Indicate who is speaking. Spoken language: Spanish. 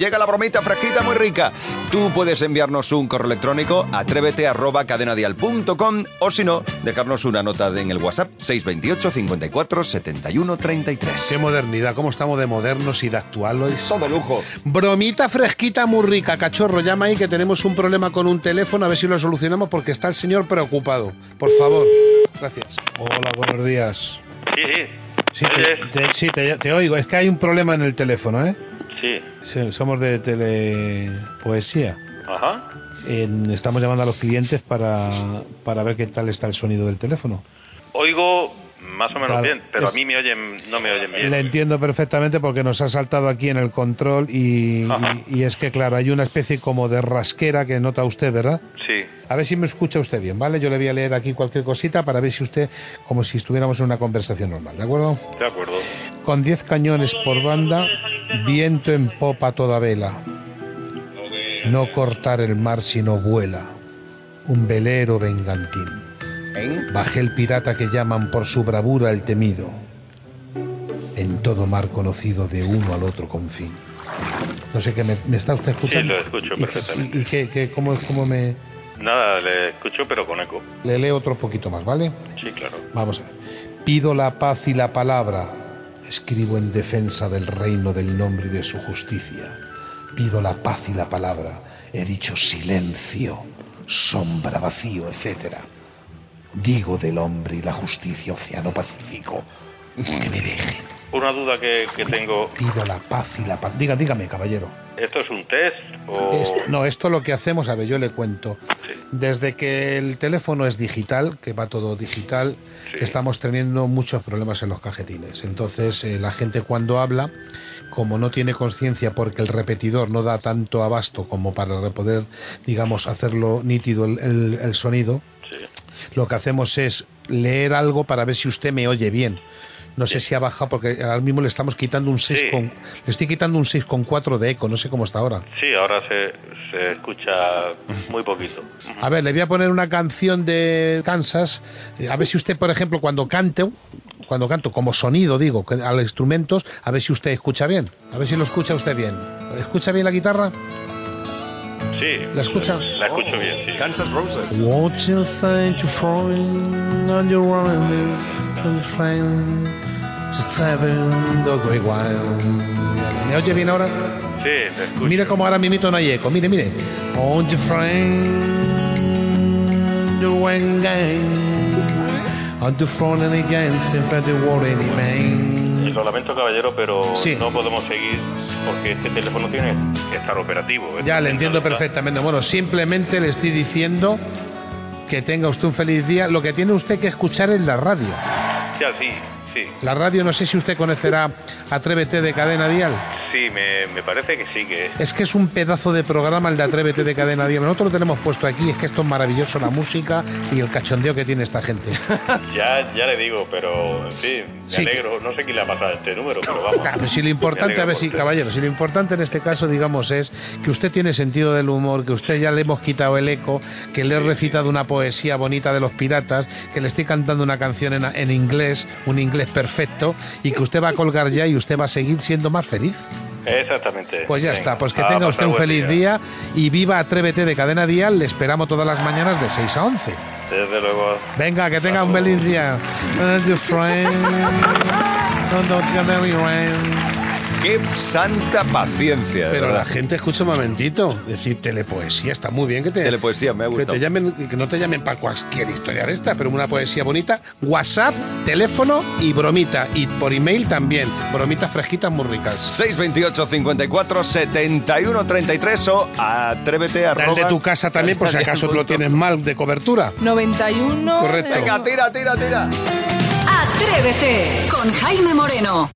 Speaker 1: Llega la bromita fresquita muy rica. Tú puedes enviarnos un correo electrónico atrévete arroba cadenadial.com o si no, dejarnos una nota de- en el WhatsApp 628 54 71 33.
Speaker 2: Qué modernidad, cómo estamos de modernos y de actual hoy.
Speaker 1: Todo lujo.
Speaker 2: Bromita fresquita muy rica, cachorro, llama ahí que tenemos un problema con un teléfono, a ver si lo solucionamos porque está el señor preocupado. Por favor. Gracias. Hola, buenos días.
Speaker 3: Sí, sí.
Speaker 2: Sí,
Speaker 3: Oye,
Speaker 2: te, te- sí, te- te oigo, es que hay un problema en el teléfono, ¿eh?
Speaker 3: sí.
Speaker 2: Sí, somos de telepoesía.
Speaker 3: Ajá.
Speaker 2: En- estamos llamando a los clientes para, para ver qué tal está el sonido del teléfono.
Speaker 3: Oigo más o menos
Speaker 2: Claro,
Speaker 3: bien, pero
Speaker 2: es-
Speaker 3: a mí me oyen, no me oyen bien.
Speaker 2: Le entiendo perfectamente porque nos ha saltado aquí en el control y,
Speaker 3: Ajá.
Speaker 2: y- y es que, claro, hay una especie como de rasquera que nota usted, ¿verdad?
Speaker 3: Sí.
Speaker 2: A ver si me escucha usted bien, ¿vale? Yo le voy a leer aquí cualquier cosita para ver si usted, como si estuviéramos en una conversación normal, ¿de acuerdo?
Speaker 3: De acuerdo.
Speaker 2: Con 10 cañones por banda, viento en popa a toda vela. No cortar el mar sino vuela. Un velero vengantín.
Speaker 1: ¿Eh?
Speaker 2: Bajé el pirata que llaman por su bravura el temido. En todo mar conocido de uno al otro confín. No sé qué me, me está usted escuchando.
Speaker 3: lo escucho
Speaker 2: ¿Y-
Speaker 3: perfectamente.
Speaker 2: ¿Y, qué, qué- cómo, cómo me.?
Speaker 3: Nada, le escucho, pero con eco.
Speaker 2: Le leo otro poquito más, ¿vale?
Speaker 3: Sí, claro.
Speaker 2: Vamos a ver. Pido la paz y la palabra. Escribo en defensa del reino del nombre y de su justicia. Pido la paz y la palabra. He dicho silencio, sombra, vacío, etc. Digo del hombre y la justicia, océano Pacífico. Que me dejen.
Speaker 3: Una duda que, que tengo,
Speaker 2: Pido la paz y la palabra. Diga, dígame, caballero.
Speaker 3: ¿esto es un test o...?
Speaker 2: Es- no, esto lo que hacemos, a ver, yo le cuento. Desde que el teléfono es digital, que va todo digital,
Speaker 3: Sí.
Speaker 2: estamos teniendo muchos problemas en los cajetines. Entonces, eh, la gente cuando habla, como no tiene conciencia porque el repetidor no da tanto abasto como para poder, digamos, hacerlo nítido el, el- el sonido,
Speaker 3: Sí.
Speaker 2: lo que hacemos es leer algo para ver si usted me oye bien. No sé si ha bajado, porque ahora mismo le estamos quitando un 6
Speaker 3: Sí.
Speaker 2: con, le estoy quitando un 6,4 de eco, no sé cómo está ahora.
Speaker 3: Sí, ahora se, se escucha muy poquito. Ujú.
Speaker 2: A ver, le voy a poner una canción de Kansas. Eh, A ver si usted, por ejemplo, cuando cante, cuando canto, como sonido, digo, que- a los instrumentos, a ver si usted escucha bien. A ver si lo escucha usted bien. ¿Escucha bien la guitarra?
Speaker 3: Sí.
Speaker 2: ¿La escucha?
Speaker 3: La escucho bien, sí.
Speaker 1: Kansas Roses.
Speaker 2: Won't you say to Freud on your honest and friend to seven the great wine? ¿Me oye bien ahora?
Speaker 3: Sí, la escucho.
Speaker 2: Mire cómo ahora mimito no hay eco. Mire, mire. On your friend, the one gang. On the front and against, in front of the world any man.
Speaker 3: Lo lamento, caballero, pero
Speaker 2: Sí.
Speaker 3: no podemos seguir porque este teléfono tiene que estar operativo. Este
Speaker 2: Ya le entiendo
Speaker 3: perfectamente.
Speaker 2: perfectamente. Bueno, simplemente le estoy diciendo que tenga usted un feliz día. Lo que tiene usted que escuchar es la radio.
Speaker 3: Ya, sí, sí.
Speaker 2: La radio, no sé si usted conocerá Atrévete de Cadena Dial.
Speaker 3: Sí, me, me parece que sí, que
Speaker 2: Es que es un pedazo de programa el de Atrévete de Cadena Dial. Nosotros lo tenemos puesto aquí. Es que esto es maravilloso, la música y el cachondeo que tiene esta gente.
Speaker 3: ya, ya le digo, pero en fin, me
Speaker 2: Sí.
Speaker 3: alegro. No sé quién le ha pasado este número, pero vamos.
Speaker 2: Claro, pues pero si lo importante,
Speaker 3: alegro
Speaker 2: a ver
Speaker 3: por
Speaker 2: si,
Speaker 3: usted.
Speaker 2: caballero, si lo importante en este caso, digamos, es que usted tiene sentido del humor, que usted ya le hemos quitado el eco, que le he recitado una poesía bonita de los piratas, que le estoy cantando una canción en, en inglés, un inglés perfecto, y que usted va a colgar ya y usted va a seguir siendo más feliz.
Speaker 3: Exactamente.
Speaker 2: Pues ya
Speaker 3: Venga,
Speaker 2: está, pues que
Speaker 3: a
Speaker 2: tenga
Speaker 3: pasar
Speaker 2: usted un
Speaker 3: buen
Speaker 2: feliz día. y viva Atrévete de Cadena Dial, le esperamos todas las mañanas de 6 a 11.
Speaker 3: Desde luego.
Speaker 2: Venga, que tenga un feliz día. And your friend, don't- don't get any rain.
Speaker 1: Qué santa paciencia, de
Speaker 4: Pero la
Speaker 1: verdad.
Speaker 4: gente escucha un momentito. Es decir, telepoesía está muy bien que te.
Speaker 1: Telepoesía, me ha
Speaker 4: Que,
Speaker 1: gustado.
Speaker 4: te llamen, que no te llamen para cualquier historia de esta, pero una poesía bonita. WhatsApp, teléfono y bromita. Y por email también. Bromitas fresquitas muy ricas.
Speaker 1: 628 54 71 33 o atrévete
Speaker 4: Dale
Speaker 1: arroba...
Speaker 4: de tu casa también, por si acaso tú lo tienes mal de cobertura.
Speaker 5: 91.
Speaker 4: Correcto.
Speaker 1: Venga, tira, tira, tira.
Speaker 6: Atrévete con Jaime Moreno.